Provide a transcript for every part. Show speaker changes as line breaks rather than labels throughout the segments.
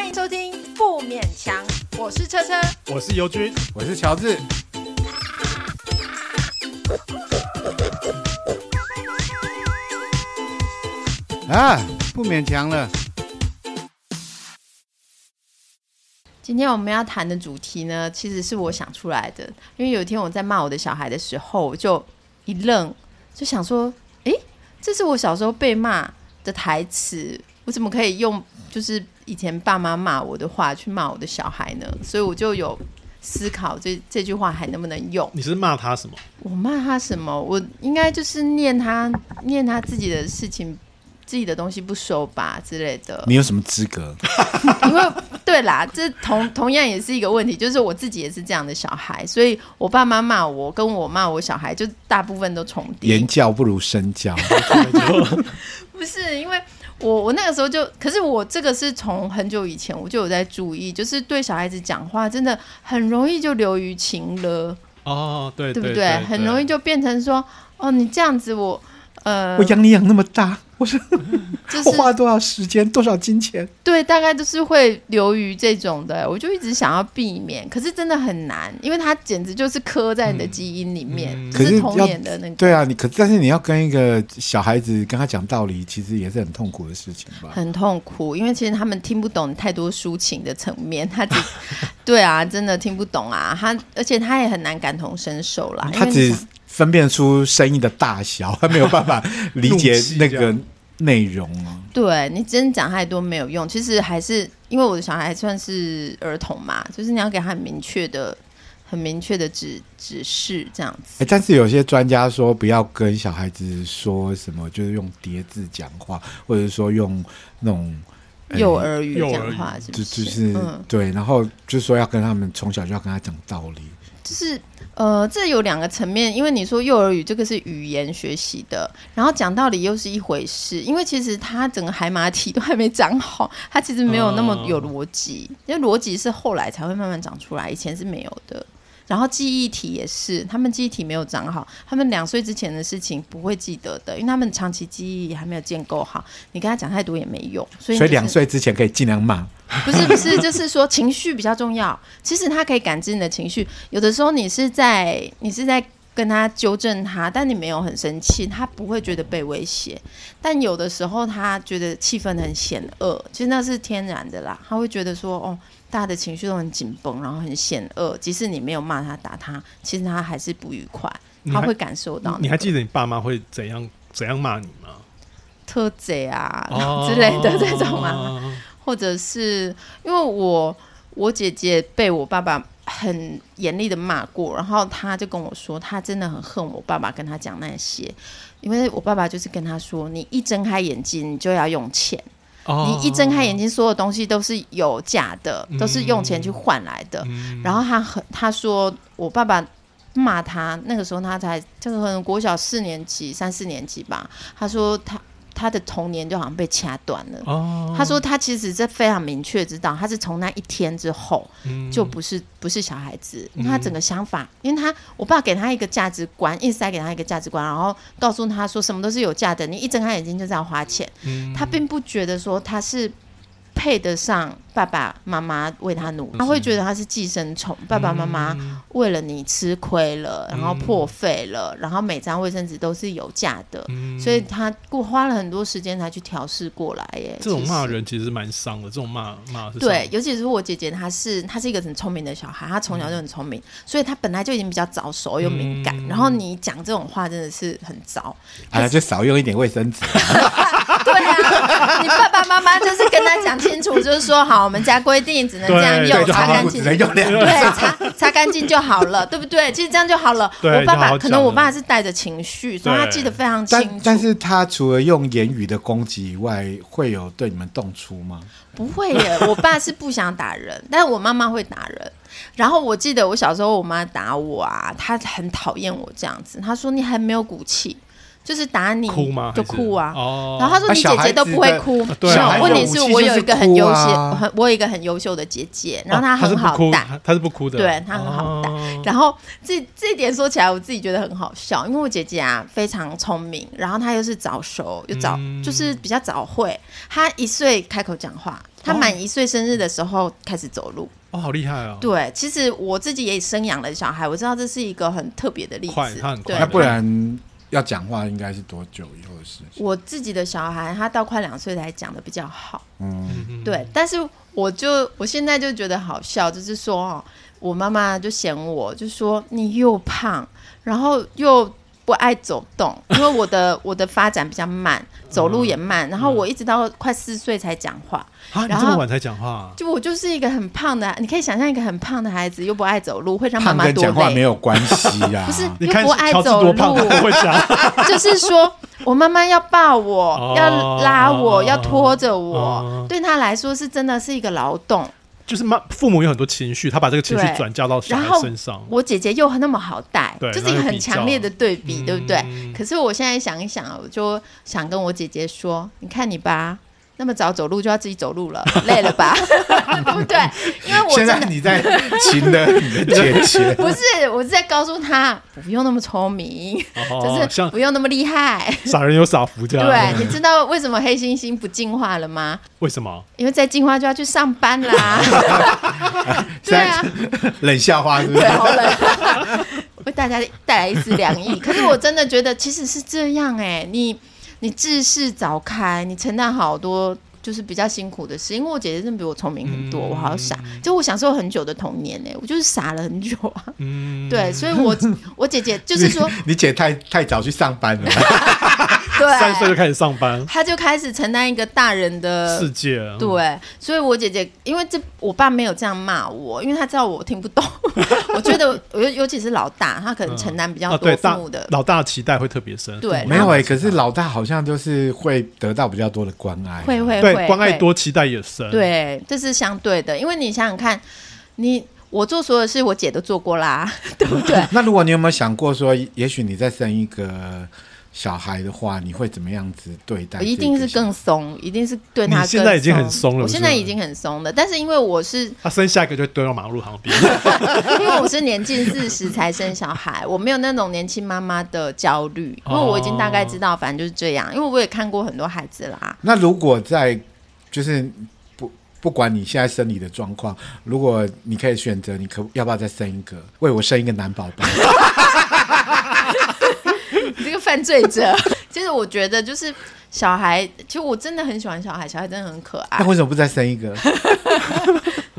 迎收听《不勉强》，我是车车。
我是尤军，
我是乔治，啊，不勉强了。
今天我们要谈的主题呢，其实是我想出来的。因为有一天我在骂我的小孩的时候，我就一愣，就想说：“诶，这是我小时候被骂的台词，我怎么可以用就是以前爸妈骂我的话去骂我的小孩呢？”所以我就有思考这这句话还能不能用。
你是骂 他什么？
我骂他什么？我应该就是念他念他自己的事情，自己的东西不收吧之类的。
你有什么资 格？
因为 对啦，这同同样也是一个问题，就是我自己也是这样的小孩，所以我爸妈骂我，跟我骂我小孩，就大部分都重叠
言。教不如身教。
不是因为我我那个时候就，可是我这个是从很久以前我就有在注意，就是对小孩子讲话真的很容易就流于情了，
哦，对
对不
对
对？很容易就变成说，哦，你这样子我。呃，
我养你养那么大，我是
就是
我花了多少时间，多少金钱？
对，大概就是会流于这种的，我就一直想要避免，可是真的很难，因为它简直就是刻在你的基因里面，
嗯嗯
就
可是
童
要
年的那个。
对啊，你可但是你要跟一个小孩子跟他讲道理，其实也是很痛苦的事情吧？
很痛苦，因为其实他们听不懂太多抒情的层 面，他只对啊，真的听不懂啊，他而且他也很难感同身受啦。
嗯他
因为
只
你想
分辨出声音的大小，他没有办法理 解
怒气
那
这
个
样
内容啊。
对你真讲太多没有用，其实还是因为我的小孩还算是儿童嘛，就是你要给他很明确的、很明确的指指示这样子。
哎，但是有些专家说不要跟小孩子说什么，就是用叠字讲话，或者说用那种哎
幼儿语
幼儿
讲
语
话是不？
就是就是、
嗯，
对，然后就说要跟他们从小就要跟他讲道理，
就是呃，这有两个层面，因为你说幼儿语这个是语言学习的，然后讲道理又是一回事，因为其实他整个海马体都还没长好，他其实没有那么
哦
有逻辑，因为逻辑是后来才会慢慢长出来，以前是没有的。然后记忆体也是，他们记忆体没有长好，他们两岁之前的事情不会记得的，因为他们长期记忆还没有建构好。你跟他讲太多也没用，所以你就
所以
是
两岁之前可以尽量骂。
不是不是，就是说情绪比较重要。其实他可以感知你的情绪，有的时候你是在你是在跟他纠正他，但你没有很生气，他不会觉得被威胁。但有的时候他觉得气氛很险恶，其实那是天然的啦，他会觉得说哦。大家的情绪都很紧绷，然后很险恶。即使你没有骂他、打他，其实他还是不愉快，
你
他
还
会感受到、
你还记得你爸妈会怎样怎样骂你吗？
特贼啊、 之类的这种啊？
哦，
或者是因为我我姐姐被我爸爸很严厉的骂过，然后她就跟我说，她真的很恨我爸爸跟她讲那些，因为我爸爸就是跟她说，你一睁开眼睛你就要用钱，
哦
你一睁开眼，睛所有东西都是有价的，
嗯
都是用钱去换来的。
嗯
然后他很他说我爸爸骂他，那个时候他才这个可能国小四年级、三四年级吧，他说他他的童年就好像被掐断了。
哦
他说他其实是非常明确知道，他是从那一天之后
嗯
就不是不是小孩子，
嗯
他整个想法，因为他我爸给他一个价值观，硬塞给他一个价值观，然后告诉他说什么都是有价的，你一睁开眼睛就是要花钱，
嗯
他并不觉得说他是。配得上爸爸妈妈为他努力，他会觉得他是寄生虫，爸爸妈妈
嗯
为了你吃亏了，然后
嗯
破费了，然后每张卫生纸都是有价的，
嗯
所以他过花了很多时间才去调试过来耶。
这种
其实
骂人其实蛮伤的，这种骂骂是
对，
伤的
尤其是我姐姐，她是她是一个很聪明的小孩，她从小就很聪明，所以她本来就已经比较早熟又敏感。
嗯
然后你讲这种话真的是很糟，
啊，就少用一点卫生纸。
对啊，你爸爸妈妈就是跟他讲清楚，就是说好，我们家规定只能这样
对
用，
就
擦
好
干
只
净。
能用两
对，擦擦干净就好了，对不对？其实这样就好了。
对
我爸
就好
爸
好
可
讲
能我
了
爸是带着情绪，所以他
对
记得非常清楚
但。但是他除了用言语的攻击以外，会有对你们动粗吗？
不会耶， 我爸是不想打人，但是我妈妈会打人。然后我记得我小时候，我妈打我啊，她很讨厌我这样子，她说你很没有骨气，就是打你
哭吗？
就
还是
哭啊。
哦，
然后她说
啊
你
小
姐
孩
姐
子
都不会
的
哭，
对
没
小
有
孩子
问
的
题是
武器
我
就
有
是
一个
哭
很优秀，
啊
很我有一个很优秀的姐姐，然后她
哦他是
很
不
好
哭
带，
他他是不哭的，
对他很好打
哦
然后这这一点说起来，我自己觉得很好笑，因为我姐姐啊非常聪明，然后她又是早熟，又早、
嗯
就是比较早会，她一岁开口讲话，他满一岁生日的时候开始走路。
哦，好厉害哦！
对，其实我自己也生养了小孩，我知道这是一个很特别的例
快他
子
很。快
对
啊那，不然要讲话应该是多久以后的事情？
我自己的小孩他到快两岁才讲的比较好。
嗯，
嗯，
对，但是我就我现在就觉得好笑，就是说哦，我妈妈就嫌我，就说你又胖，然后又不爱走动，因为我的我的发展比较慢，走路也慢，然后我一直到快四岁才讲话，
啊，你
然
这
后
么晚才讲话，啊
就我就是一个很胖的，你可以想象一个很胖的孩子又不爱走路，会让妈
胖
妈
跟
多
讲话没
累。
有关系啊呀、
不是
你看
又不爱
乔治
走
多 胖，
路
他不会讲。
就是说我妈妈要抱我，
哦
要拉我，
哦
要拖着我，
哦
对她来说是真的是一个劳动。
就是妈父母有很多情绪，他把这个情绪
对
转嫁到小
然后
孩身上。
我姐姐又那么好带，
对
这是一个
那就
很
比较
强烈的对比，
嗯
对不对？可是我现在想一想啊，我就想跟我姐姐说，你看你吧，那么早走路就要自己走 路了，累了吧， 对不对？因为我真
现在
的。
你在擒了你的姐 姐，
不是，我是在告诉她不用那么聪明，
哦，
就是
像啊
不用那么厉害。
傻人有傻福这样。
对，你知道为什么黑猩猩不进化了吗？
为什么？
因为再进化就要去上班啦。对啊，
冷笑话是不是
对，？啊好冷， 为大家带来一丝凉意。可是我真的觉得其实是这样哎、你你志士早开，你承担好多就是比较辛苦的事。因为我姐姐真的比我聪明很多，
嗯
我好傻，就我享受很久的童年哎、我就是傻了很久啊。
嗯，
对，所以 我我姐姐就是说，
你姐太太早去上班了，
三岁
对，
就开始上班，
她就开始承担一个大人的
世界。
呃对，所以我姐姐，因为这我爸没有这样骂我，因为他知道我听不懂。 我觉得，尤尤其是老大，他可能
嗯
承担比
啊
较
对
多父
大
母的。
老大期待会特别深。
对
没有哎、可是老大好像就是会得到比较多的关爱，啊
会会
对
会，
关爱
会。
多，期待也深。，
对，这是相对的，因为你想想看，你我做所有事，我姐都做过啦， 对不对？
那如果你有没有想过说，也许你再生一个小孩的话，你会怎么样子对待
我哦
这个
一
小孩？
定是更松，一定是对他
你现在已经很松了
我
是
现
吗
在已经很松了，但是因为我是
他生下一个就丢到马路旁边。
因为我是年近四十才生小孩，我没有那种年轻妈妈的焦虑，因为我已经大概知
哦
道，反正就是这样。因为我也看过很多孩子啦，
那如果在就是不不管你现在生理的状况，如果你可以选择，你可要不要再生一个？为我生一个男宝 宝？
你这个犯罪者。 其实我觉得就是小孩，其实我真的很喜欢小孩，小孩真的很可爱
哎
那，为什么不再生一个？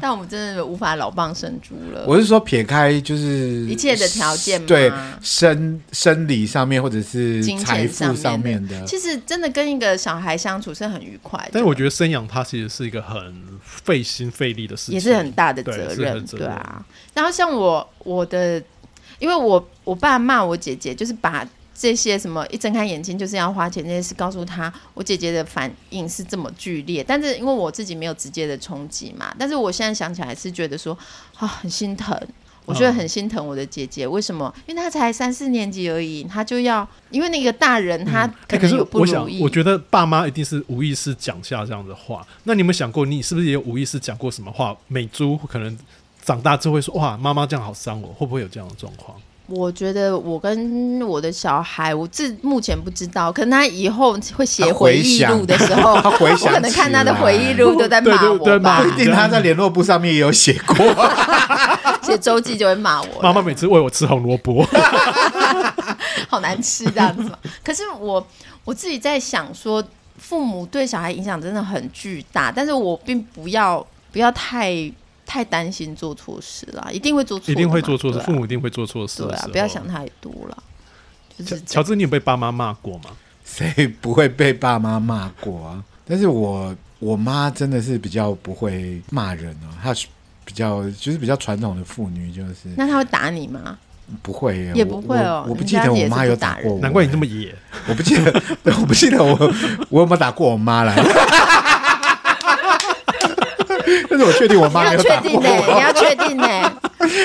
但我们真的无法老蚌生珠了。
我是说撇开就是
一切的条件吗
对生生理上面或者是
金
财
钱
富上
面
面的，
其实真的跟一个小孩相处是很愉快的，
嗯但是我觉得生养他其实是一个很费心费力的事情，嗯
也是很大的
对
责
是很
任，
责
对
任
啊。然后像我我的，因为我我爸骂我姐姐，就是把这些什么一睁开眼睛就是要花钱这些事告诉她，我姐姐的反应是这么剧烈。但是因为我自己没有直接的冲击嘛，但是我现在想起来是觉得说啊、很心疼。我
嗯
觉得很心疼我的姐姐，为什么？因为她才三四年级而已，她就要因为那个大人她
哎，可
能
是
有不
我想
如意。，
我觉得爸妈一定是无意识讲下这样的话。那你有没有想过，你是不是也有无意识讲过什么话？美珠可能长大之后会说：“哇，妈妈这样好伤我。”会不会有这样的状况？
我觉得我跟我的小孩，我自目前不知道，可能他以后会写回忆录的时 候，
他回想
我可能看他的回忆录都在
对
骂
对对
我吧
骂
不， 一定他在联络簿上面也有写过。
写周记就会骂我。
妈妈每次喂我吃红萝卜，
好难吃这样子嘛。可是我我自己在想说，父母对小孩影响真的很巨大，但是我并不要不要太太担心做错事啦，一定会做错的嘛，
一定会做错事，
对啊
父母一定会做错事。
对啊，不要想。太多了。就是这
乔
样
治，你有被爸妈骂过吗？
谁不会被爸妈骂过啊？但是我我妈真的是比较不会骂人哦，她是比较就是比较传统的妇女，就是
那他会打你吗？
不会耶
也不会哦
我我我不
人
记
家
得
也
我
是
妈
不
有
打
打过
人
我，
难怪你这么野。
我不记得，对我不记得我我有没有打过我妈来。 但是我确定我妈没
你要
有
确
打过
定欸呢、你
我，
要确定呢、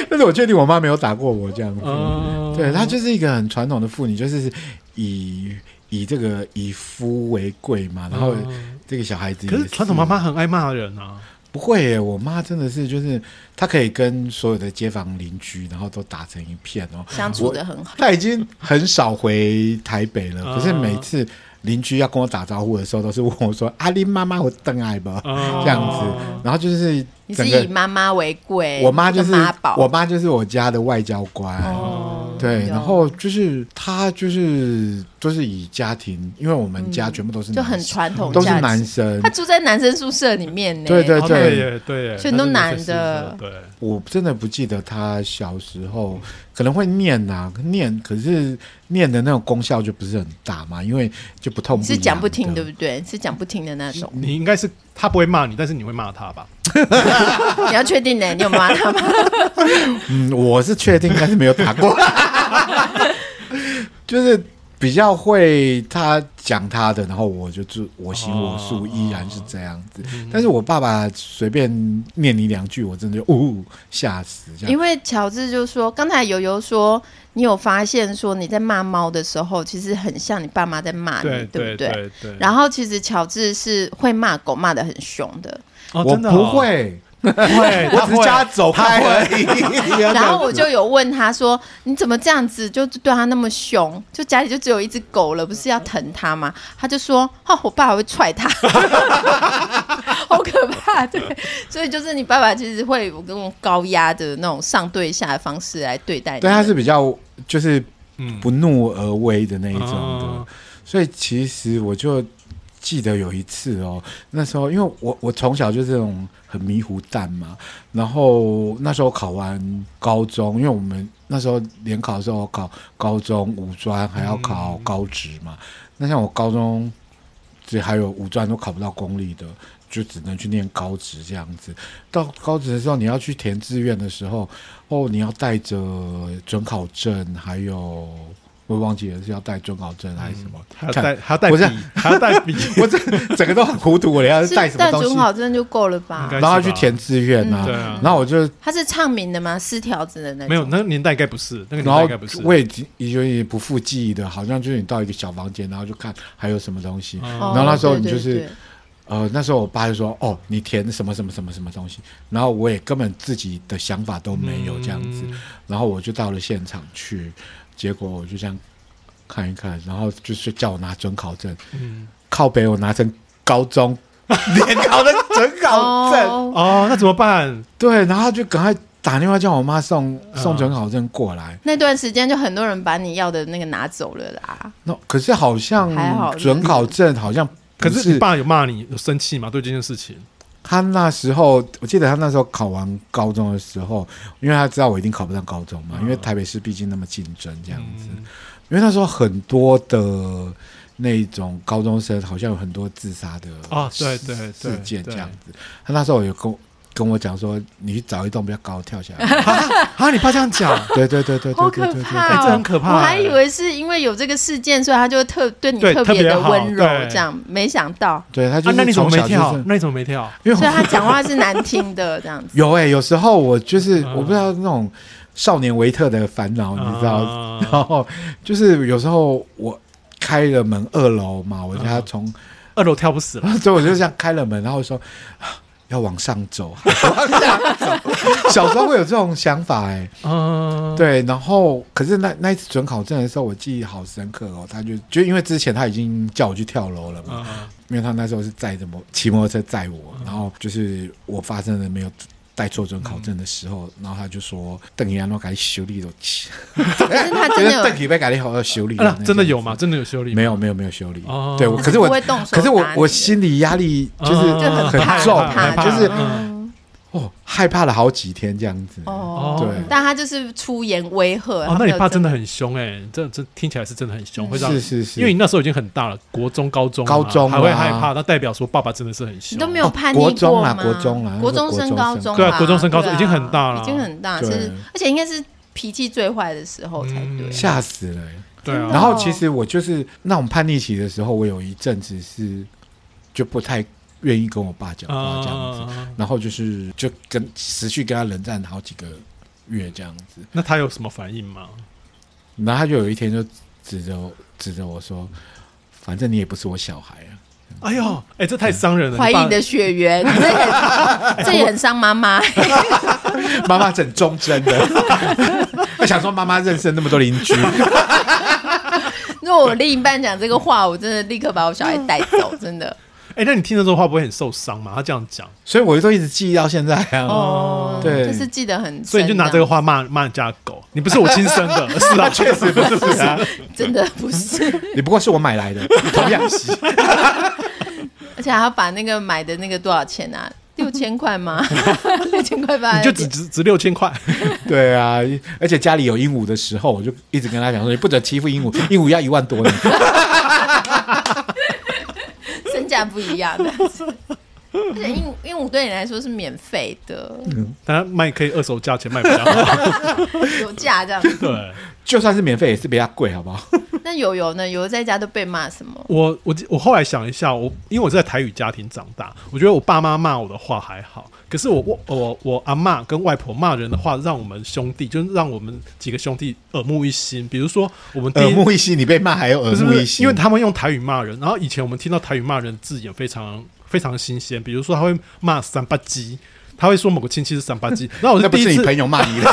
但是我确定我妈没有打过我这样子。
嗯，
对，她就是一个很传统的妇女，就是以以这个以夫为贵嘛，然后
嗯
这个小孩子也
可是传统妈妈很爱骂人啊。
不会耶，我妈真的是就是她可以跟所有的街坊邻居，然后都打成一片哦。
相处的很好。
她已经很少回台北了，
啊
可是每次邻居要跟我打招呼的时候，都是问我说：“阿、啊、林妈妈，我等爱不？”
哦
这样子，然后就是
你是
整
以
个
妈妈为贵，
我妈就是
跟妈宝，
我妈就是我家的外交官。
哦
对，
有
然后就是她就是就是以家庭，因为我们家
嗯
全部都是
就
男
很
生
传统价
都
值，
是男生
他，住在男生宿舍里面呢，
对对
哦
好难
对耶对耶，
所以都
那是
男
宿
的
舍对，
我真的不记得他小时候可能会念啊念，可是念的那种功效就不是很大嘛，因为就不痛
你
不
是讲不听，对
的。
不对？是讲不听的那种。
你应该是他不会骂你，但是你会骂他吧？
你要确定呢、你有骂他吗？
嗯，我是确定，但是没有 打过，就是比较会他讲他的，然后我就做我行我
哦
素，
嗯
依然是这样子。但是我爸爸随便念你两句，我真的就呜吓死这 样。
因为乔治就说，刚才友友说，你有发现说你在骂猫的时候，其实很像你爸妈在骂你，
对
不啊对？
对对。
然后其实乔治是会骂狗骂的很凶的，
哦
我
真的哦
不，会，
会，
我
他
只是
会
叫他走开而已。
然后我就有问他说：“你怎么这样子就对他那么凶？就家里就只有一只狗了，不是要疼它吗？”他就说：“哦，我爸爸会踹 它，好可怕。”对，所以就是你爸爸其实会有那种高压的那种上对下的方式来对待你。
对，他是比较就是
嗯
不怒而威的那一种的，
哦
所以其实我就记得有一次哦，那时候因为我我从小就是这种很迷糊蛋嘛，然后那时候考完高中，因为我们那时候联考的时候考高中、五专，还要考高职嘛，那像我高中这还有五专都考不到公立的，就只能去念高职这样子。到高职的时候，你要去填志愿的时候，哦，你要带着准考证，还有我忘记了是要带准考证还是什么，
嗯还要
看
带还要带
我这
笔，还要带笔，
我这整个都很糊涂，我连要
是
带什么东
准
西，
考证就够了吧
应？该
然后要去填志愿啊
嗯，
对啊
然后我就。
他是唱名的吗？撕条子的那种？哦
没有，那个年代应该不是，那个年代
然后
应该不是。
我也经也有点不复记忆的，好像就是你到一个小房间，然后就看还有什么东西，
嗯
哦。
然后那时候你
对
就
对
是
对
呃，那时候我爸就说：“哦，你填什么什么什么什么东西。”然后我也根本自己的想法都没有这样子。
嗯
然后我就到了现场去，结果我就这样看一看，然后就是叫我拿准考证，
嗯
靠北我拿成高中 联考的准考证，
哦
哦，那怎么办？
对，然后他就赶快打电话叫我妈送送准考证过来。
那段时间就很多人把你要的那个拿走了啦。
那、可是好像
还好
准考证好像不
可是你爸有骂你，有生气吗？对这件事情，
他那时候，我记得他那时候考完高中的时候，因为他知道我一定考不上高中嘛，因为台北市毕竟那么竞争这样子。
嗯
因为那时候很多的那种高中生，好像有很多自杀的
啊对
事
对对
事件这
对
样子。他那时候有跟我跟我讲说，你去找一栋比较高跳下来。
啊，你爸这样讲，
对对对对
好
对
可
对对
怕、
哎
哦
这很可怕
我
哎
还以为是因为有这个事件，所以他就特对你
对
特别
特别
的
好
温柔，
对
这样没想到，
对，他就
啊，那
是
你怎么
从
没
小就
跳
是？
那你怎么没跳？
因为我
所以他讲话是难听的这样 子。
有哎、有时候我就是
嗯
我不知道那种少年维特的烦恼，哦你知道
嗯
然后就是有时候我开了门二楼嘛，我家从，
二楼跳不死了，
所以我就这样开了门，然后说 啊要往上走， 往上走。 小时候会有这种想法哎、
嗯，
对。然后可是那那一次准考证的时候，我记忆好深刻哦。他就就因为之前他已经叫我去跳楼了
嗯，
嘛，因为他那时候是载着摩骑摩托车载我，然后就是我发生了没有。带错准考证的时
嗯
候，然后他就说：“邓一安诺改修理都，
可是他
就
真
是
的有
哎
邓，一被改的好好修理。”
啊那真的有吗？？真的有修理吗？
没有没有没有修理。
哦
对，我
他
可是我
不会动手打你
可
的，
是我我心理压力就是
嗯
就很
很
怕
重
很怕
啊，就是
嗯
哦害怕了好几天这样子。
哦，
对
但他就是出言威吓。
哦
他，
那
没
你
有
爸真的很
嗯
凶哎，这这听起来是真的很凶，会让
是是是，
因为你那时候已经很大了，国中、高中嘛、
高中啊
还会害怕，那代表说爸爸真的是很
你
凶。
都没有叛逆
国中
过
啊
吗？
啦国中啦
国中升高中啦，
对啊国中升高中
对啊
已经很大了
已经很大，
对
是而且应该是脾气最坏的时候才对
嗯。
吓死了欸。
真
对
的
然
啊，
后其实我就是那种叛逆期的时候，我有一阵子是就不太愿意跟我爸讲话哦这样子，
啊，
然后就是就跟持续跟他冷战好几个月这样子，
那他有什么反应吗？
然后他就有一天就指着我指着我说：“反正你也不是我小孩啊。”
哎呦，哎，这太伤人了，
怀疑
爸哎
你的血缘，这 也这也很伤妈妈。
妈妈是很忠 贞的，我想说妈妈认识那么多邻居，
如果果我另一半讲这个话，我真的立刻把我小孩带走，真的。
哎、那你听了之后话不会很受伤吗？他这样讲，
所以我都一直记忆到现在啊。
哦，
对
就是记得很深，啊
所以你就拿这个话骂骂人家的狗，你不是我亲生的， 是啊，确实不是
是啊，
真的不 是，
你不过是我买来的， 童养媳。
而且还要把那个买的那个多少钱啊？六千块 吗？六千块吧，
你就只值值六千块，
对啊，而且家里有鹦鹉的时候，我就一直跟他讲说，你不准欺负鹦鹉，鹦鹉要一万多呢。
身价不一样的。而且鹦鹉鹦鹉对你来说是免费的，
当然卖可以二手价钱卖比较好。
有价这样。
对
就算是免费，也是比它贵，好不好？
那友友呢？友友在家都被骂什么？
我，我我后来想一下，我因为我是在台语家庭长大，我觉得我爸妈骂我的话还好，可是我我我我阿嬷跟外婆骂人的话，让我们兄弟就是让我们几个兄弟耳目一新。比如说我们第
耳
一
目一新，你被骂还有耳
不是
目
不
一
是，
新，
因为他们用台语骂人，然后以前我们听到台语骂人字眼非常非常新鲜，比如说他会骂三八鸡，他会说某个亲戚是三八鸡， 然后我
那
就
不
第一
是你
次
朋友骂你的，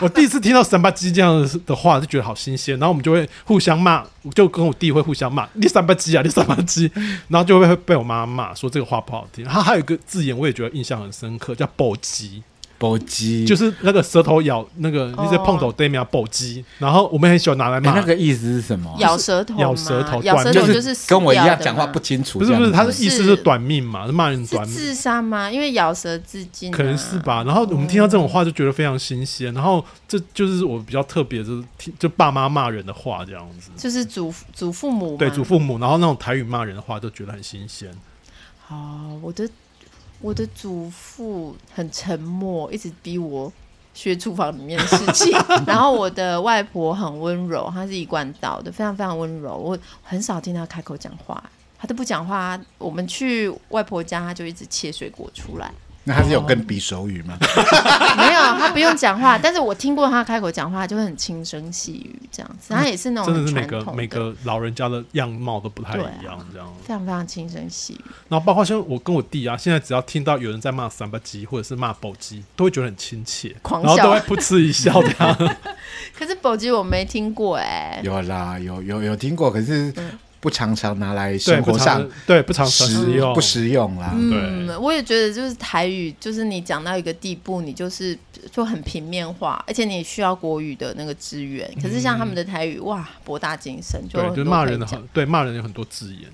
我第一次听到三八鸡这样的话，就觉得好新鲜，然后我们就会互相骂，我就跟我弟会互相骂你三八鸡啊，你三八鸡， 然后就会被我妈骂说这个话不好听。然后还有一个字眼我也觉得印象很深刻，叫“暴鸡”，
搏击、
就是是那个舌头咬那个你在碰头对面暴鸡，然后我们很喜欢拿来
哦哎
骂。
那个意思是什么？
咬舌头吗，
哦咬舌头
咬舌
就
头
是
就是死
跟我一
掉
样
的
讲话
吗
不清楚，
不是不是，
这样
他
子嗯
的
是
意思是短命嘛，是骂人
是
短命。
自杀吗？因为咬舌自尽、啊，
可能是吧。然后我们听到这种话就觉得非常新鲜，然后这就是我比较特别，就是听就爸妈骂人的话这样子。
就是祖父祖父母嘛
对，祖父母，然后那种台语骂人的话，就觉得很新鲜。
哦，我的我的祖父很沉默，一直逼我学厨房里面的事 情。然后我的外婆很温柔，她是一贯道的，非常非常温柔。我很少听她开口讲话，她都不讲话。我们去外婆家，她就一直切水果出 来。
那他是有跟比手语吗？
没有，她不用讲话，但是我听过她开口讲话，就会很轻声细语这样子。她也是那种
真的
很
是每
传
个
统
每
的，
个老人家的样貌都不太
对啊
一样，这样。
非常非常轻声细语。
然后包括像我跟我弟啊，现在只要听到有人在骂三八鸡或者是骂宝鸡，都会觉得很亲切，
狂
然后
笑
都会噗嗤一笑这样。
可是宝鸡我没听过哎、
有啦，有有有听过，可是
嗯
不常常拿来
对，
生
不
活
常
上
对不常
实
使用，
不实用
啊
啦。
嗯，我也觉得就是台语，就是你讲到一个地步，你就是就很平面化，而且你需要国语的那个资源。可是像他们的台语，哇，博大精深，就有
嗯对，
很
就是
多
骂
可以
人的
讲
很对骂人有很多字眼。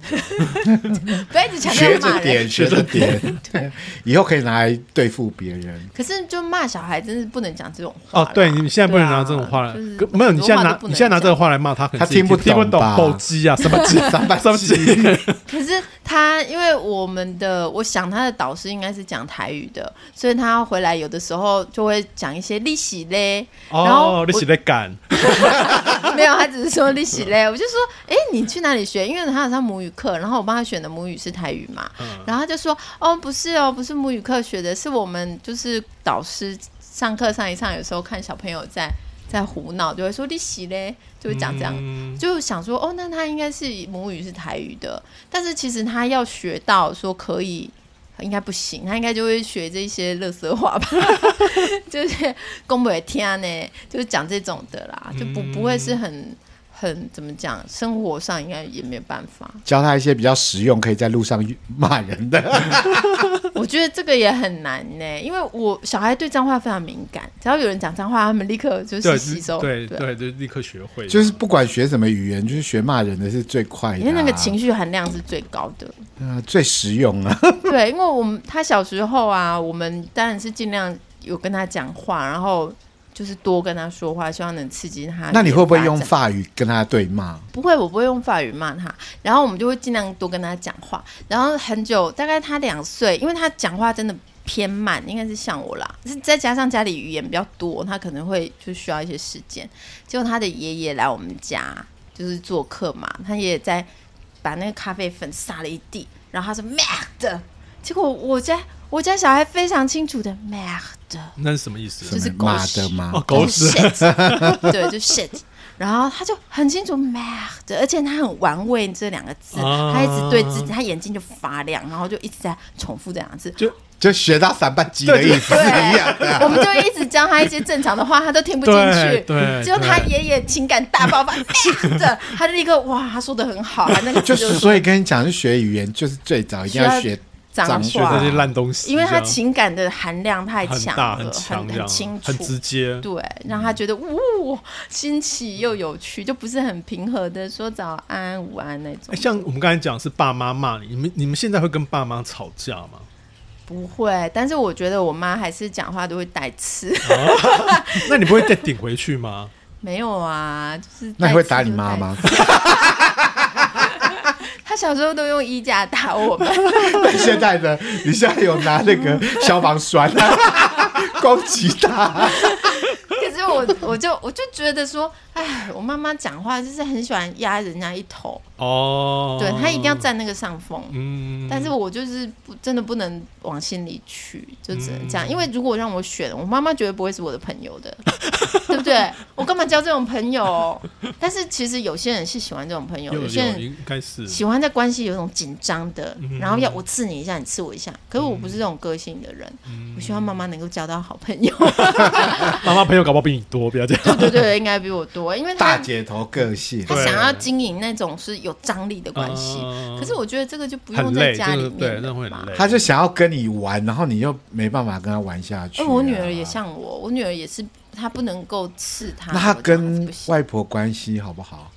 不要一直强
学
调骂人。
着点，学着点， 对，以后可以拿来对付别人。
可是就骂小孩，真是不能讲这种话
哦
啦。，
对，你现在不能
对啊
拿这种话来
就是，
可没有，你
很多
现在
话
拿
都不
你
能
现在拿这个
讲
话来骂他，可能
他
自己
听不
听不
懂
懂
吧
暴击啊，什 么鸡，
三八
什么鸡
七，
可是他，因为我们的，我想他的导师应该是讲台语的，所以他回来有的时候就会讲一些利息嘞，然后
哦，你
我
是在干，
没有，他只是说利息嘞。我就说，哎、你去哪里学？因为他有上母语课，然后我帮他选的母语是台语嘛。然后他就说，哦，不是哦，不是母语课学的，是我们就是导师上课上一上，有时候看小朋友在在胡闹，就会说利息嘞，就会讲啊这样。
嗯
就想说，哦，那他应该是母语是台语的，但是其实他要学到说可以，应该不行，他应该就会学这些乐色话吧， 就是公北听呢，就是讲这种的
嗯
啦，就不不会是很很怎么讲，生活上应该也没有办法。
教他一些比较实用，可以在路上骂人的。
我觉得这个也很难呢，因为我小孩对脏话非常敏感，只要有人讲脏话，他们立刻就是
对
吸收，啊
对对，就立刻学会，
就是不管学什么语言，就是学骂人的是最快的、
因
啊，
为那个情绪含量是最高的。
啊最实用啊。
对，因为我们他小时候啊，我们当然是尽量有跟他讲话，然后就是多跟他说话，希望能刺激他。
那你会不会用？法语跟他对骂？
不会，我不会用法语骂他。然后我们就会尽量多跟他讲话。然后很久，大概他两岁，因为他讲话真的偏慢，应该是像我啦，是再加上家里语言比较多，他可能会就需要一些时间。结果他的爷爷来我们家就是做客嘛，他爷爷在把那个咖啡粉撒了一地，然后他说 mad，结果我家我家小孩非常清楚的 mad，
那是什么意思？
就是狗
骂
屎
的吗？
哦，狗屎，
shit，对，就 shit。然后他就很清楚 mad，而且他很玩味这两个字，
啊
他一直对自己，他眼睛就发亮，然后就一直在重复这两个字。
就
就学到三八鸡的意思是 一样的
我
啊。
们就一直教他一些正常的话，他都听不进去。
对对
只有他
对
爷爷情感大爆发， 哎这他就立刻哇，他说的很好，他那个
就
字
是
是
所以跟你讲，是学语言就是最早一定要
需要
学
脏
学
那
话
些，烂东西，
因为他
这样
情感的含量太
很
强
大
了，
很强，这
很
样
清楚
很，直接。
对，让他觉得呜、新奇又有趣，就不是很平和的说早安、午安那种
哎。像我们刚才讲是爸妈骂你，你们你们现在会跟爸妈吵架吗？
不会，但是我觉得我妈还是讲话都会带 刺。
那你不会再顶回去吗？
没有啊，就是
那你会
带刺
打你
就
妈
带
吗？
他小时候都用衣架打我们，
那 现在呢？你现在有拿那个消防栓啊 攻击他？
可是我我就我就觉得说，哎，我妈妈讲话就是很喜欢压人家一头，
哦，
对她一定要，占那个上风。
嗯
但是我就是不真的不能往心里去，就只能这样。
嗯
因为如果让我选，我妈妈绝对不会是我的朋友的， 对不对？我干嘛交这种朋友？但是其实有些人是喜欢这种朋友，
有
些人
应该是
喜欢在关系有一种紧张的，
嗯
然后要我刺你一下，你刺我一下。可是我不是这种个性的人，
嗯
我希望妈妈能够交到好朋友。
妈妈朋友搞不好比你多，不要这样。
对对对，应该比我多，因为
大
她
姐头个性
她
对
想要经营那种是有张力的关系。
嗯
可是我觉得这个就不
很
用在
累
家
这
里
个对
面
那
了
会很
嘛
累。
他就想要跟你玩，然后你又没办法跟他玩下去、
哎，
啊。
我女儿也，像我，我女儿也是，她不能够刺她。
那他
我这样子
跟
不行
外婆关系好不好？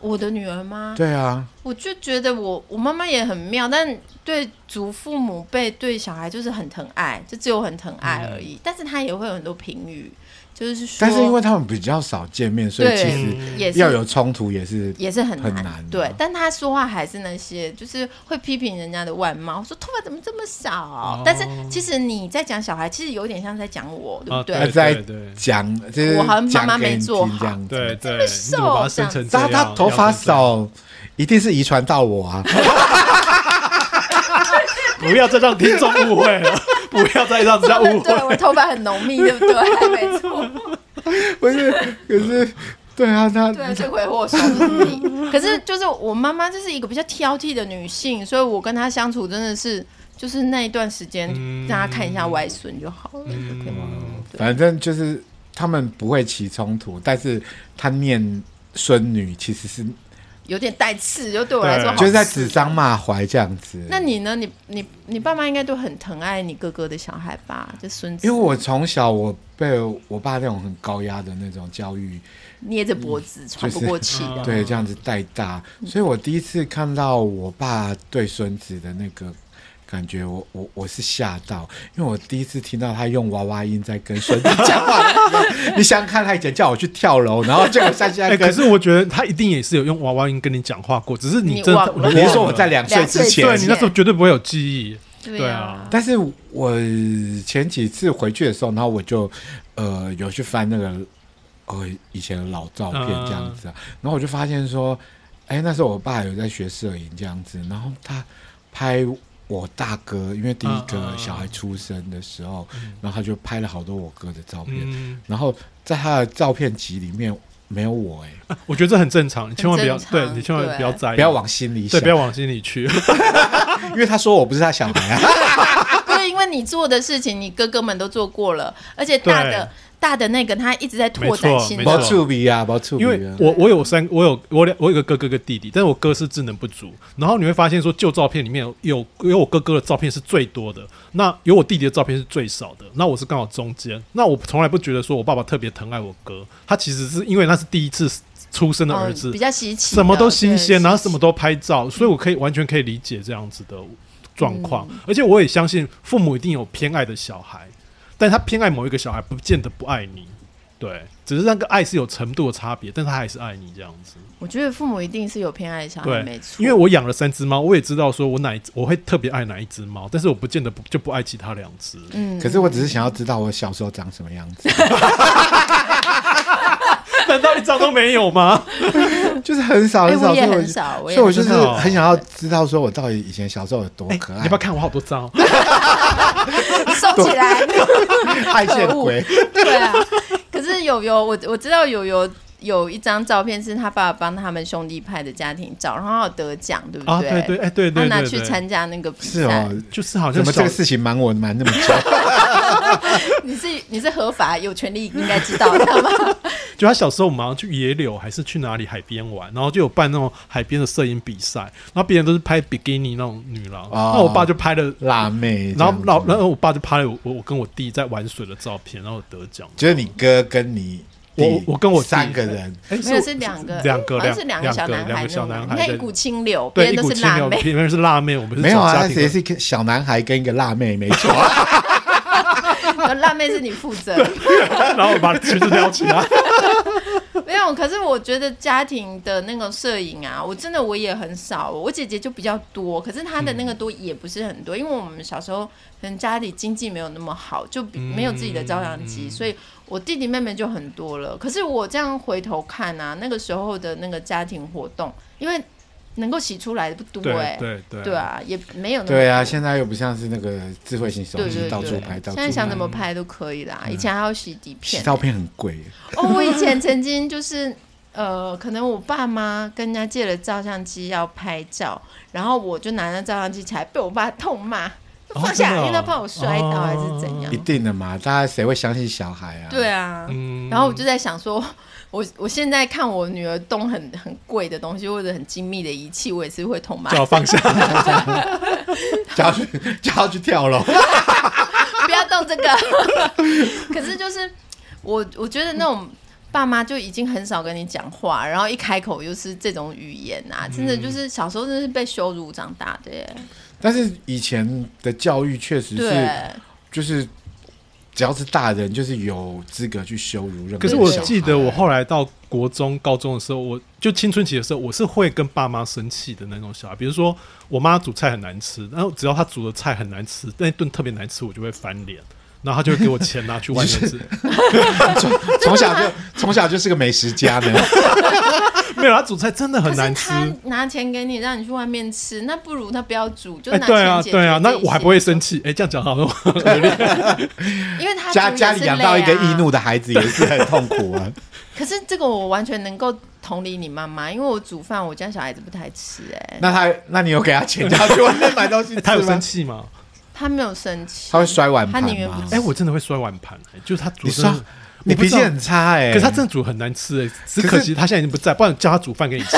我的女儿吗？
对啊，
我就觉得我我妈妈也很妙，但对祖父母辈对小孩就是很疼爱，就只有很疼爱而已。但是她也会有很多评语，就是说，
嗯但是因为他们比较少见面，所以其
对
实
也
要
是
有冲突也是。
嗯也是很
很难啊的
对，但她说话还是那些，就是会批评人家的外貌，说头发怎么这么少。但是其实你在讲小孩，其实有点像在讲我，对不
啊
对？
他在
对对
讲，就是
我好像妈妈
讲给
没
你
做
听这
好
样子
对对，你
瘦
怎么把它生成这
但
样？
他头发少，一定是遗传到我啊！
不要再让听众误会了， 不要再 让人家误
对，我
会。
头发很浓密，对不 对？没错。
不是，可是，对啊，他
对，罪魁祸首就是 你。可是就是我妈妈就是一个比较挑剔的女性，所以我跟她相处真的是，就是那一段时间
嗯
让她看一下外孙就好了，就可以了。对
反正就是他们不会起冲突，但是他念孙女其实是
有点带刺，就对我来说
对
好
就是在
刺
指桑骂槐这样子。
哦那你呢？你你你爸妈应该都很疼爱你哥哥的小孩吧？就孙子，
因为我从小我被我爸那种很高压的那种教育，
捏着脖子喘不过气
嗯
的。
对这样子带大，所以我第一次看到我爸对孙子的那个。感觉我我我是吓到，因为我第一次听到他用娃娃音在跟孙子讲话。你想想看，他以前叫我去跳楼，然后结果他现在
哎，
跟
可是我觉得他一定也是有用娃娃音跟你讲话过，只是
你
你真
忘
的
了
你是说我在两岁之前
两岁
对你
之
那时 候绝对不会有记忆。对啊
啊，
但是我前几次回去的时候，然后我就呃有去翻那个呃以前的老照片这样子啊，
嗯
然后我就发现说，哎、那时候我爸有在学摄影这样子，然后他拍我大哥，因为第一
嗯嗯
个
嗯
小孩出生的时候，然后他就拍了好多我哥的照片，
嗯，
然后在他的照片集里面没有我、哎，
我觉得这很正常，你千万不要
很正
对
常
你千万不要在意，
不要往心里
对
想，
不要往心里去。
因为他说我不是他小孩 啊。
不是因为你做的事情，你哥哥们都做过了，而且大的
对
大的那个他一直在拓
没
展
错
新
没
的
错
包醋鼻啊，包醋鼻
因为
啊！
我我有三我有我两我有一个哥哥跟弟弟，但是我哥是智能不足。然后你会发现说，旧照片里面有有有我哥哥的照片是最多的，那有我弟弟的照片是最少的。那我是刚好中间，那我从来不觉得说我爸爸特别疼爱我哥，他其实是因为那是第一次出生的儿子，
嗯、比较稀奇的，
什么都新鲜，
对
然后什么都拍照，所以我可以完全可以理解这样子的状况。
嗯
而且我也相信父母一定有偏爱的小孩，但他偏爱某一个小孩，不见得不爱你。对，只是那个爱是有程度的差别，但他还是爱你这样子。
我觉得父母一定是有偏爱小孩，啊没
对
错，，
因为我养了三只猫，我也知道说我哪一只我会特别爱哪一只猫，但是我不见得不就不爱其他两只。
嗯
可是我只是想要知道我小时候长什么样子。
难道一张都没有吗？
就是很少
哎
很
我
少，
也
所以
很少我
所
也
以我就是
很少
很想要知道，说我到底以前小时候有多
哎
可爱，
你要不要看我好多张 哦？
收起 来，
爱线鬼，
对啊。可是友友，我我知道友友有一张照片是他爸爸帮他们兄弟拍的家庭照，然后他有得奖，对不
啊，对对，哎，对
他
对
拿
对
去
对，
参加那个比
是
赛
哦，，
就是好像
怎么这
小
个事情瞒我瞒那么久？
你是你是合法有权利应该知道的吗？
就他小时候，我们好像去野柳还是去哪里海边玩，然后就有办那种海边的摄影比赛，然后别人都是拍比基尼那种女郎，
哦
那我爸就拍了，
辣妹，
然后
这样
老
子
然后我爸就拍了我我我跟我弟在玩水的照片，然后得奖。
就是你哥跟你弟，
我我跟我弟
三个人，
哎，
没有
我
是两个
两个
好像
两
是
两
两
个
小男
两
孩那
个小
种
男
的，
孩
你看
在
一股清流，别
对
人
一
都
股
是
清
辣
流，
妹，
别人是辣妹，我们是
没有啊，
小家
他
庭
也是一个小男孩跟一个辣妹，没错啊，
辣妹是你负责的。
然后我把裙子撩起 来。
没有，可是我觉得家庭的那个摄影啊，我真的我也很少，我姐姐就比较多，可是她的那个多也不是很多，因为我们小时候可能家里经济没有那么好，就比没有自己的照相机，所以我弟弟妹妹就很多了。可是我这样回头看啊，那个时候的那个家庭活动，因为能够洗出来的不多哎、
对对对
对！啊，也没有那么
对啊，
多
现在又不像是那个智慧型手
对对
机
对，
到处拍，到处
现在想怎么
拍
拍都可以啦，以前还要洗底片
洗
欸、
照片很贵，
哦，我以前曾经就是。呃，可能我爸妈跟人家借了照相机要拍照，然后我就拿着照相机起来，被我爸痛骂，
哦
放下
真的
来，因
哦
为他怕我摔倒还是怎样
一。定的嘛，大家谁会相信小孩啊？
对啊，
嗯
然后我就在想说，我我现在看我女儿动很很贵的东西或者很精密的仪器，我也是会痛骂，
叫我放下，
就要去就要去跳 楼，
不要动这个。 可是就是我，我觉得那种爸妈就已经很少跟你讲话，然后一开口就是这种语言啊，
嗯
真的就是小时候真的是被羞辱长大的耶。
但是以前的教育确实是，
对，
就是只要是大人，就是有资格去羞辱任何人。
可是我记得我后来到国中、高中的时候，我就青春期的时候，我是会跟爸妈生气的那种小孩。比如说，我妈煮菜很难吃，然后只要她煮的菜很难吃，那一顿特别难吃，我就会翻脸，然后她就会给我钱拿去外面吃。
从 从小就从小就是个美食家呢，
没有，她煮菜真的
可
很
是
难吃。
他拿钱给你，让你去外面吃，那不如他不要煮，就
哎，
拿
对啊，
钱解决
对啊，
这
那
一
我还
些
不会，生气。哎，这样讲好了，
因为他
家
煮也
家里
是
养到一个
累啊
易怒的孩子也是很痛苦啊。
可是这个我完全能够同理你妈妈，因为我煮饭，我家小孩子不太吃、哎，
那他，那你有给他钱叫他去外面买东 西
她
吃
有生
吗？
气吗？
他没有生气，
他会摔碗盘
他宁愿
吗
不？吃
哎，我真的会摔碗盘，哎就是她煮
你
真的
说
很。
你
我不
脾
知道
气很差哎、
可是她真的煮很难吃哎、只
可是
可惜她现在已经不在，不然叫她煮饭给你吃。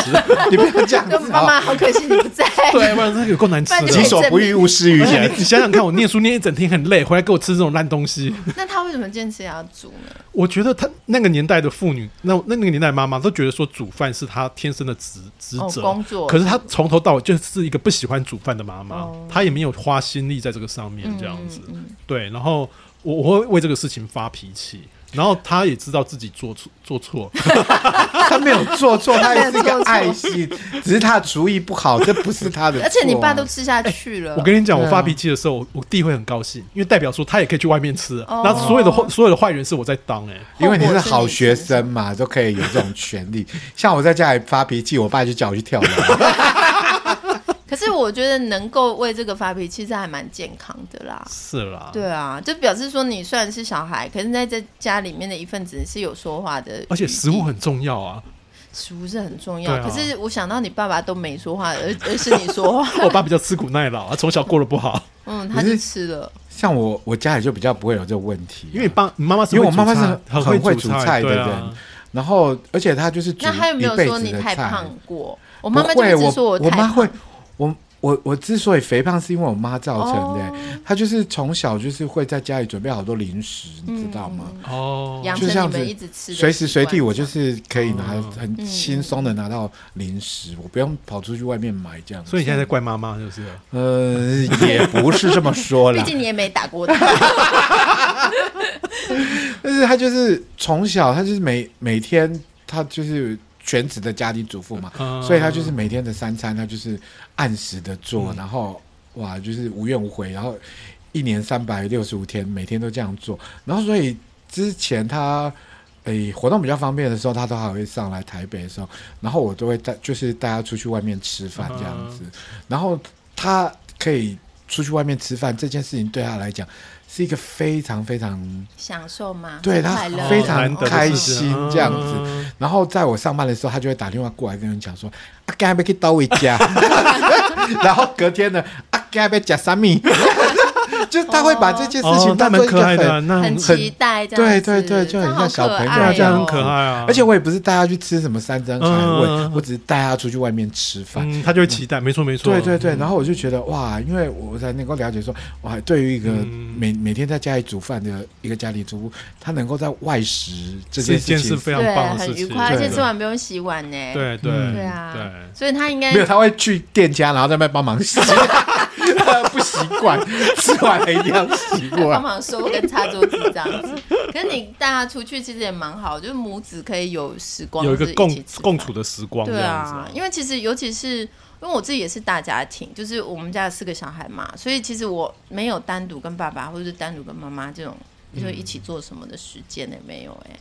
你不 要这样
就
子
妈
啊！
妈好可惜你不 在，
对，不然那个有够难吃
不然
的
就
己。所不欲，勿施于
而且
人
你。你想想看，我念书念一整天很累，回来给我吃这种烂东西，
那他为什么坚持要煮呢？
我觉得他那个年代的妇女，那那那个年代的妈妈都觉得说煮饭是她天生的职职
哦
责、
工作
可是她从头到尾就是一个不喜欢煮饭的妈妈，
哦嗯
她也没有花心力在这个上面这样子。对，然后我我会为这个事情发脾气。然后她也知道自己做错 做错，
他没有做错，他也是一
他没有做错
个爱心，只是他的厨艺不好，这不是他的错
而
啊、
且你爸都吃下去了，
我跟你讲，
对
我
啊
发脾气的时候，我我弟会很高兴，因为代表说他也可以去外面吃。
哦
然后所有的坏所有的坏人是我在当哎、
因为你是好学生嘛，都可以有 这种权利。像我在家里发脾气，我爸就叫我去跳楼。
可是我觉得能够为这个发脾气，这还蛮健康的啦。
是啦，
对啊，就表示说你虽然是小孩，可是在这家里面的一份子是有说话的，
而且食物很重要啊。
食物是很重要。
对啊
可是我想到你爸爸都没说话，而而是你说话，
我爸比较吃苦耐劳，他从小过得不好，
嗯，他就吃了。
像我，我家里就比较不会有这个问题， 啊
因为你爸你妈妈是
因
会
为
煮
我
菜，
妈妈是很
很
会
煮
煮菜的
对
人，
啊。
然后而且她就是煮
那他有没有
一辈
说
子
你
的
太
菜
胖过？我妈妈
不
就
会
一直
我
说
我
太
妈
胖。
会我我我之所以肥胖是因为我妈造成的、
哦
她就是从小就是会在家里准备好多零食，你知道吗？
哦，
养
就
成
这样
你
子
们一直嗯吃的习惯，
随时随地我就是可以拿
嗯
很轻松的拿到零食，我不用跑出去外面买这样子。
所以你现在在怪妈妈就是了
呃，也不是这么说
毕
啦，
竟你也没打过他。
但是她就是从小她就是每每天她就是全职的家庭主妇嘛，
嗯
所以她就是每天的三餐她就是按时的做，然后哇就是无怨无悔，然后一年三百六十五天每天都这样做，然后所以之前她。诶、活动比较方便的时候，她都还会上来台北的时候，然后我都会带，就是带她出去外面吃饭这样子。然后她可以出去外面吃饭这件事情对他来讲是一个非常非常
享受吗？
对他
快乐
非
哦难
常
得的
开
事
心
情
这样子
嗯
然后在我上班的时候，他就会打电话过来跟人讲说：“阿干要去到一家。” 然后隔天呢，阿干要吃三米， 就是他会把这件事
哦
情
那
当做
蛮
一
可
个
爱
嗯很，
的啊，那
很
很
期待这样
对
子，
对对就
这
很
样好
像小
可
朋友
爱
对啊，这样
哦
很可爱啊。
而且我也不是带他去吃什么三珍才会，
嗯
我只是带他出去外面吃饭。
嗯，他就会期待，没错没错，
对对对，然后我就觉得哇，因为我才能够了解说，哇，对于一个
嗯
每、每天在家里煮饭的一个家庭主妇，她能够在外食这
是一
件
件
事
是
情，
非常
对，
棒的
很
事
愉
情，
快，而且
对
对
吃完不用洗碗呢。
对对
嗯
对啊，
对
所以他应该
没有，他会去店家，然后在那边帮忙洗， 不习惯，吃完了一定要洗啊
帮
碗。
忙收跟擦桌子这样子。可是你带他出去其实也蛮好，就是母子可以有时光
有一个
是起
共
吃饭
共处的时光这
对
样子啊
啊，，因为其实尤其是因为我自己也是大家庭，就是我们家有四个小孩嘛，所以其实我没有单独跟爸爸或者是单独跟妈妈这种，就是一起做什么的时间也没有哎、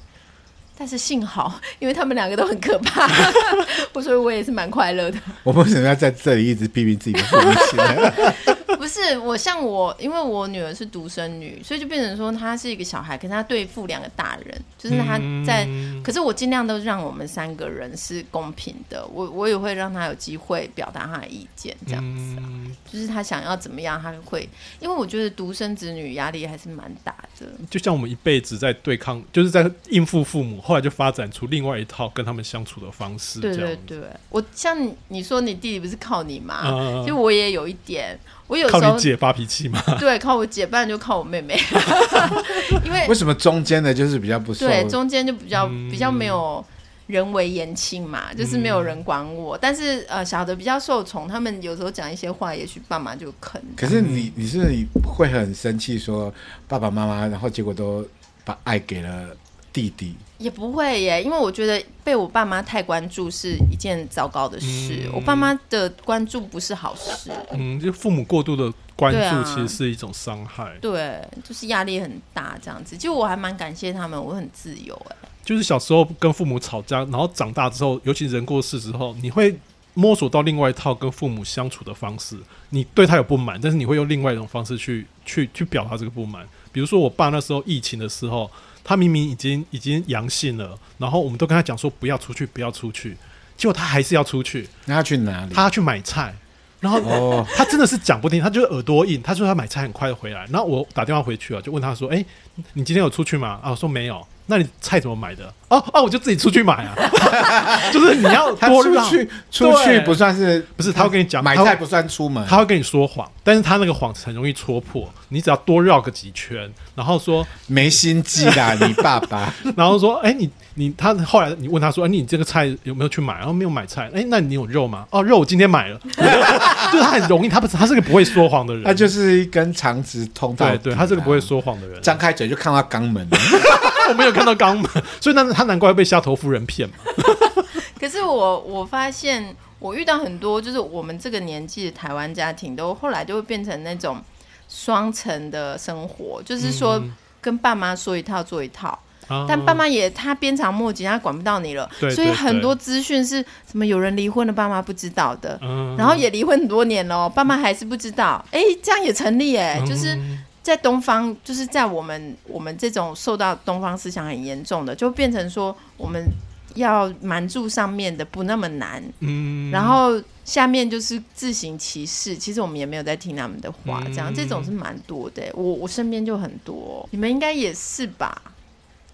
但是幸好， 因为他们两个都很可怕， 我所以我也是蛮快乐的。
我们为什么要在这里一直批评自己的父母 亲呢？
不是我像我，因为我女儿是独生女，所以就变成说她是一个小孩，可是她对付两个大人，就是她在。
嗯
可是我尽量都让我们三个人是公平的，我我也会让她有机会表达她的意见，这样、
嗯
就是她想要怎么样，她会。因为我觉得独生子女压力还是蛮大的，
就像我们一辈子在对抗，就是在应付父母，后来就发展出另外一套跟他们相处的方式，
对
这
对
样
对。
子。
我像你说你弟弟不是靠你吗？
嗯嗯嗯
就我也有一点，我有时
靠
候
你姐发脾气嘛，
对靠我姐，不然就靠我妹 妹， 因为
为什么中间的就是比较不受？
对，中间就比较、
嗯
比较没有人为言轻嘛，就是没有人管我。但是呃，小的比较受宠，他们有时候讲一些话，也许爸妈就坑。
可是
嗯
你你是你会很生气，说爸爸妈妈，然后结果都把爱给了弟弟。
也不会耶，因为我觉得被我爸妈太关注是一件糟糕的事。
嗯
我爸妈的关注不是好事，
嗯，就父母过度的关
对啊
注，其实是一种伤害。
对，就是压力很大这样子。就我还蛮感谢他们，我很自由哎。
就是小时候跟父母吵架，然后长大之后，尤其人过世之后，你会摸索到另外一套跟父母相处的方式。你对他有不满，但是你会用另外一种方式去去去表达这个不满。比如说，我爸那时候疫情的时候，他明明已经已经阳性了，然后我们都跟他讲说不要出去，不要出去，结果他还是要出去，
那他去哪里？
他要去买菜。然后
哦
他真的是讲不听，他就是耳朵硬。他说他买菜很快回来，然后我打电话回去了，就问他说：“哎、你今天有出去吗？”啊，我说没有。那你菜怎么买的？哦哦，我就自己出去买啊。 就是你要
他
多
出
让
去出去不算是
不是他会跟你讲
买
他会
菜不算出门，
他会跟你说谎，但是他那个谎很容易戳破。你只要多绕个几圈，然后说，
没心机 啦，你爸爸。
然后说，哎、你你他后来你问他说，哎、你这个菜有没有去买？然后没有买菜，哎、那你有肉吗？哦，肉我今天买了。 就是他很容易，他不是他是个不会说谎的人，
他就是一根肠直通到底
对对，
啊
他是个不会说谎的人。
张开嘴就看到肛门了。
我没有看到肛门， 所以那他难怪会被虾头夫人骗嘛。
可是我我发现，我遇到很多就是我们这个年纪的台湾家庭，都后来就会变成那种双层的生活，就是说
嗯
跟爸妈说一套做一套，
啊
但爸妈也他鞭长莫及，他管不到你了，
对
所以
对
很
对
多资讯是什么有人离婚了，爸妈不知道的。
嗯
然后也离婚很多年了哦，爸妈还是不知道，哎，这样也成立哎，就是
嗯
在东方，就是在我们我们这种受到东方思想很严重的，就变成说我们要瞒住上面的不那么难，
嗯
然后下面就是自行其事。其实我们也没有在听他们的话，这样
嗯
这种是蛮多的。我我身边就很多，你们应该也是吧？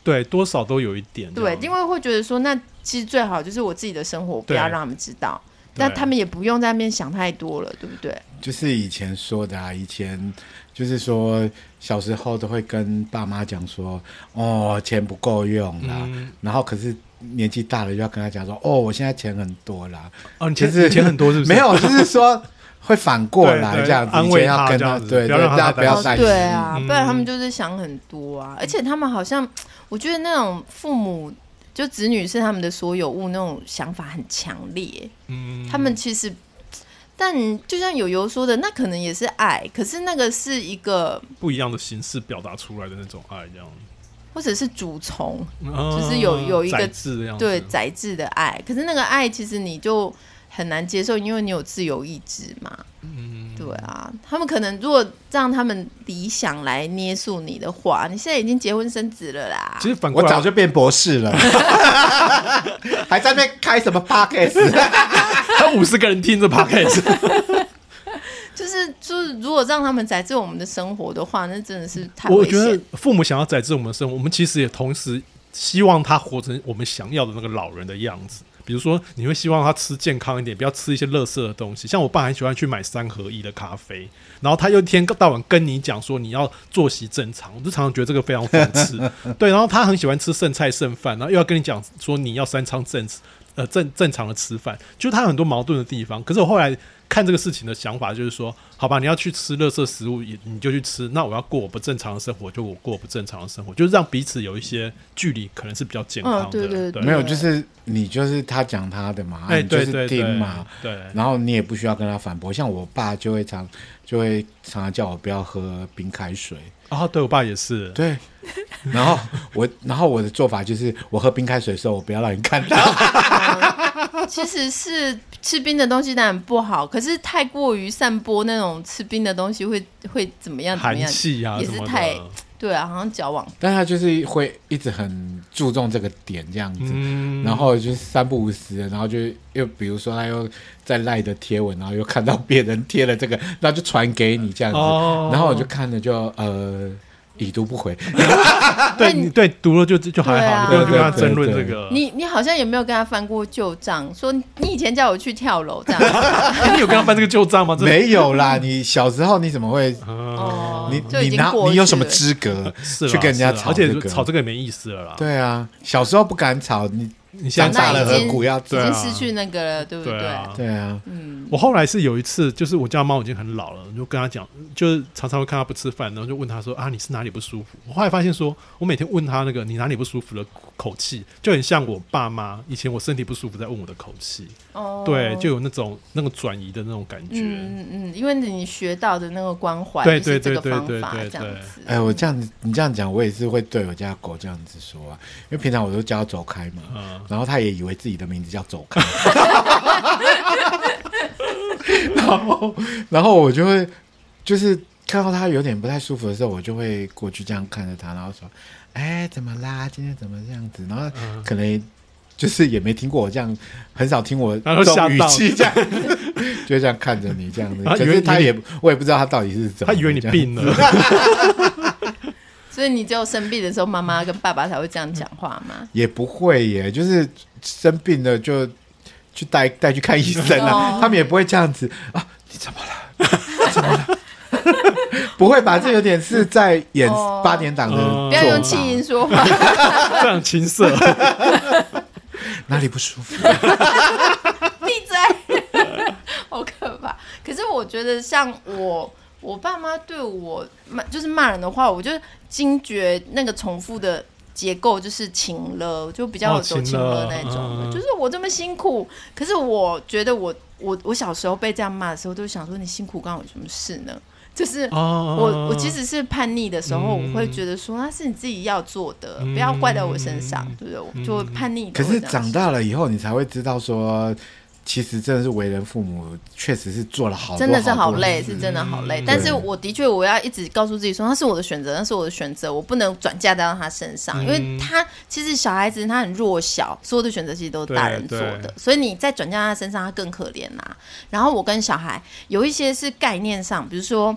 对多少都有一点这
对
样，
因为会觉得说，那其实最好就是我自己的生活不
对
要让他们知道，
对
那他们也不用在那边想太多了，对不对？
就是以前说的啊，以前就是说小时候都会跟爸妈讲说，哦，钱不够用啦，
嗯
然后可是年纪大了就要跟他讲说，哦，我现在钱很多啦，
哦，你
其
钱
实
你钱很多是不是？
没有，就是说会反过来
对对
这样子，
安
以
慰
前
他
要跟
这样子
对，
不要
对
让他
大家
担
不要
哦
心
担心，
对啊，
嗯
不然他们就是想很多啊，而且他们好像，我觉得那种父母。就子女是他们的所有物，那种想法很强烈。
嗯，
他们其实，但就像友友说的，那可能也是爱，可是那个是一个，
不一样的形式表达出来的那种爱，这样，
或者是主从，
嗯
就是有有一个
宰制这样子，
对宰制的爱。可是那个爱，其实你就很难接受，因为你有自由意志嘛。嗯，对啊，他们可能如果让他们理想来捏塑你的话，你现在已经结婚生子了啦。
其实反过
我
来，
早就变博士了，还在那边开什么 podcast？
他五十个人听这 podcast，
就是就是，如果让他们宰制我们的生活的话，那真的是太
我
危
觉得
险。
父母想要宰制我们的生活，我们其实也同时希望他活成我们想要的那个老人的样子。比如说，你会希望他吃健康一点，不要吃一些垃圾的东西。像我爸很喜欢去买三合一的咖啡，然后他又一天到晚跟你讲说你要作息正常，我就常常觉得这个非常讽刺。对，然后他很喜欢吃剩菜剩饭，然后又要跟你讲说你要三餐正吃呃正正常的吃饭，就是他有很多矛盾的地方。可是我后来看这个事情的想法就是说，好吧，你要去吃垃圾食物，也你就去吃；那我要过我不正常的生活，就我过我不正常的生活，就是让彼此有一些距离，可能是比较健康的。
嗯对对对
没有，就是你就是他讲他的嘛，啊
哎，
你就
对
是
对
听
对
嘛，，
对，
然后你也不需要跟他反驳。像我爸就会常就会常常叫我不要喝冰开水，
啊，对我爸也是，
对。 然后我然后我的做法就是，我喝冰开水的时候，我不要让你看到。
其实是吃冰的东西当然不好，可是太过于散播那种吃冰的东西会会怎么样怎么
寒
样？
气啊
也
什
是
么
太
的，
对啊，好像矫枉。
但他就是会一直很注重这个点这样子，
嗯
然后就是三不五时，然后就又比如说他又在赖的贴文，然后又看到别人贴了这个，那就传给你这样子，
哦
然后我就看了就呃已读 不回，
对你对读了就就还
啊对啊
好，你不用去跟他
对对
争论
对
这个。
你你好像也没有跟他翻过旧账，说你以前叫我去跳楼这样。
你有跟他翻这个旧账吗？这
没有啦，你小时候你怎么会？
啊，
哦，
你
就已
你
经
拿
过去
你有什么
了
资格
是啦
去跟人家
是啦
吵
而
这
且
个？
吵这个也没意思了啦。
对啊，小时候不敢吵，你
你现
长
在
大
长
了
大已
何
经
苦要
已
对啊
经失去那个了，对不
对啊，
对啊，
嗯，
我后来是有一次，就是我家猫已经很老了，我就跟它讲，就是常常会看它不吃饭，然后就问它说啊，你是哪里不舒服？我后来发现说，我每天问它那个你哪里不舒服的口气，就很像我爸妈以前我身体不舒服在问我的口气，
哦，
对，就有那种那种转移的那种感觉。
嗯嗯嗯，因为你学到的那个关怀，
对
就是
对
这个
对对
方法
对对
这样
对
子。
哎，我这样子，你这样讲，我也是会对我家狗这样子说啊，因为平常我都叫它走开嘛，
嗯
然后它也以为自己的名字叫 走开，然后然后我就会就是看到它有点不太舒服的时候，我就会过去这样看着它，然后说，哎，怎么啦？今天怎么这样子？然后
嗯
可能。就是也没听过我这样，很少听我
然后
这
吓
种语
到
气 这样，就这样看着你这样子。
啊
可
以为
是它
你
也，我也不知道它到底是怎么。
它以为你
这样
病了，
所以你只有生病的时候，妈妈跟爸爸才会这样讲话嘛。
也不会耶，就是生病了就去带带去看医生啊
哦，
他们也不会这样子啊，你怎么了？ 你怎么了？不会吧？这有点是在演
哦
八点档的
哦
不要用
做
气
法
音说话，
非常青涩。
哪里不舒 服？
闭嘴， 好可怕。可是我觉得，像我，我爸妈对我骂，就是骂人的话，我就惊觉那个重复的结构就是情了，就比较有走
哦
情
情了
了那种
嗯
的。就是我这么辛苦，可是我觉得我我我小时候被这样骂的时候，都想说你辛苦关我什么事呢？就是
哦
我我即使是叛逆的时候，
嗯
我会觉得说那是你自己要做的，
嗯
不要怪到我身上，对不对？我就叛逆的
可
会这
是
样想。
长大了以后，你才会知道说，其实真的是为人父母，确实是做了好多
真的是好
好
累，是真的好累
嗯。
但是我的确，我要一直告诉自己说，那是我的选择，那是我的选择，我不能转嫁到他身上，
嗯
因为他其实小孩子他很弱小，所有的选择其实都是大人做
对
的，所以你再转嫁到他身上，他更可怜啦、然后我跟小孩有一些是概念上，比如说，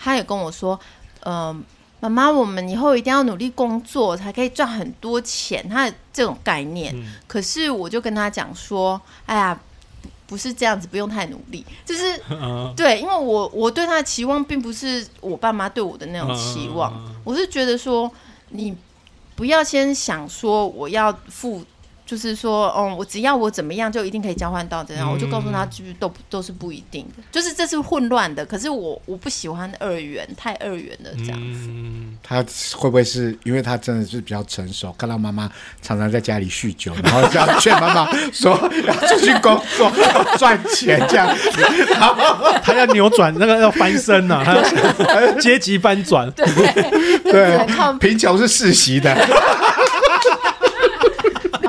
他也跟我说，嗯、妈妈，我们以后一定要努力工作，才可以赚很多钱。他这种概念，
嗯
可是我就跟他讲说，哎呀，不不是这样子，不用太努力，就是
嗯
对，因为我我对他的期望并不是我爸妈对我的那种期望，
嗯嗯嗯
我是觉得说你不要先想说我要付，就是说，嗯，我只要我怎么样就一定可以交换到怎
嗯
样，我就告诉他，就是都不都是不一定的，就是这是混乱的。可是我我不喜欢二元，太二元了这样。
嗯，
他会不会是因为他真的是比较成熟，看到妈妈常常在家里酗酒，然后这样劝妈妈说要出去工作要赚钱这样子，然后
他要扭转那个要翻 身呐、啊，他要阶级翻转。
对，
对
能靠
贫穷是世袭的，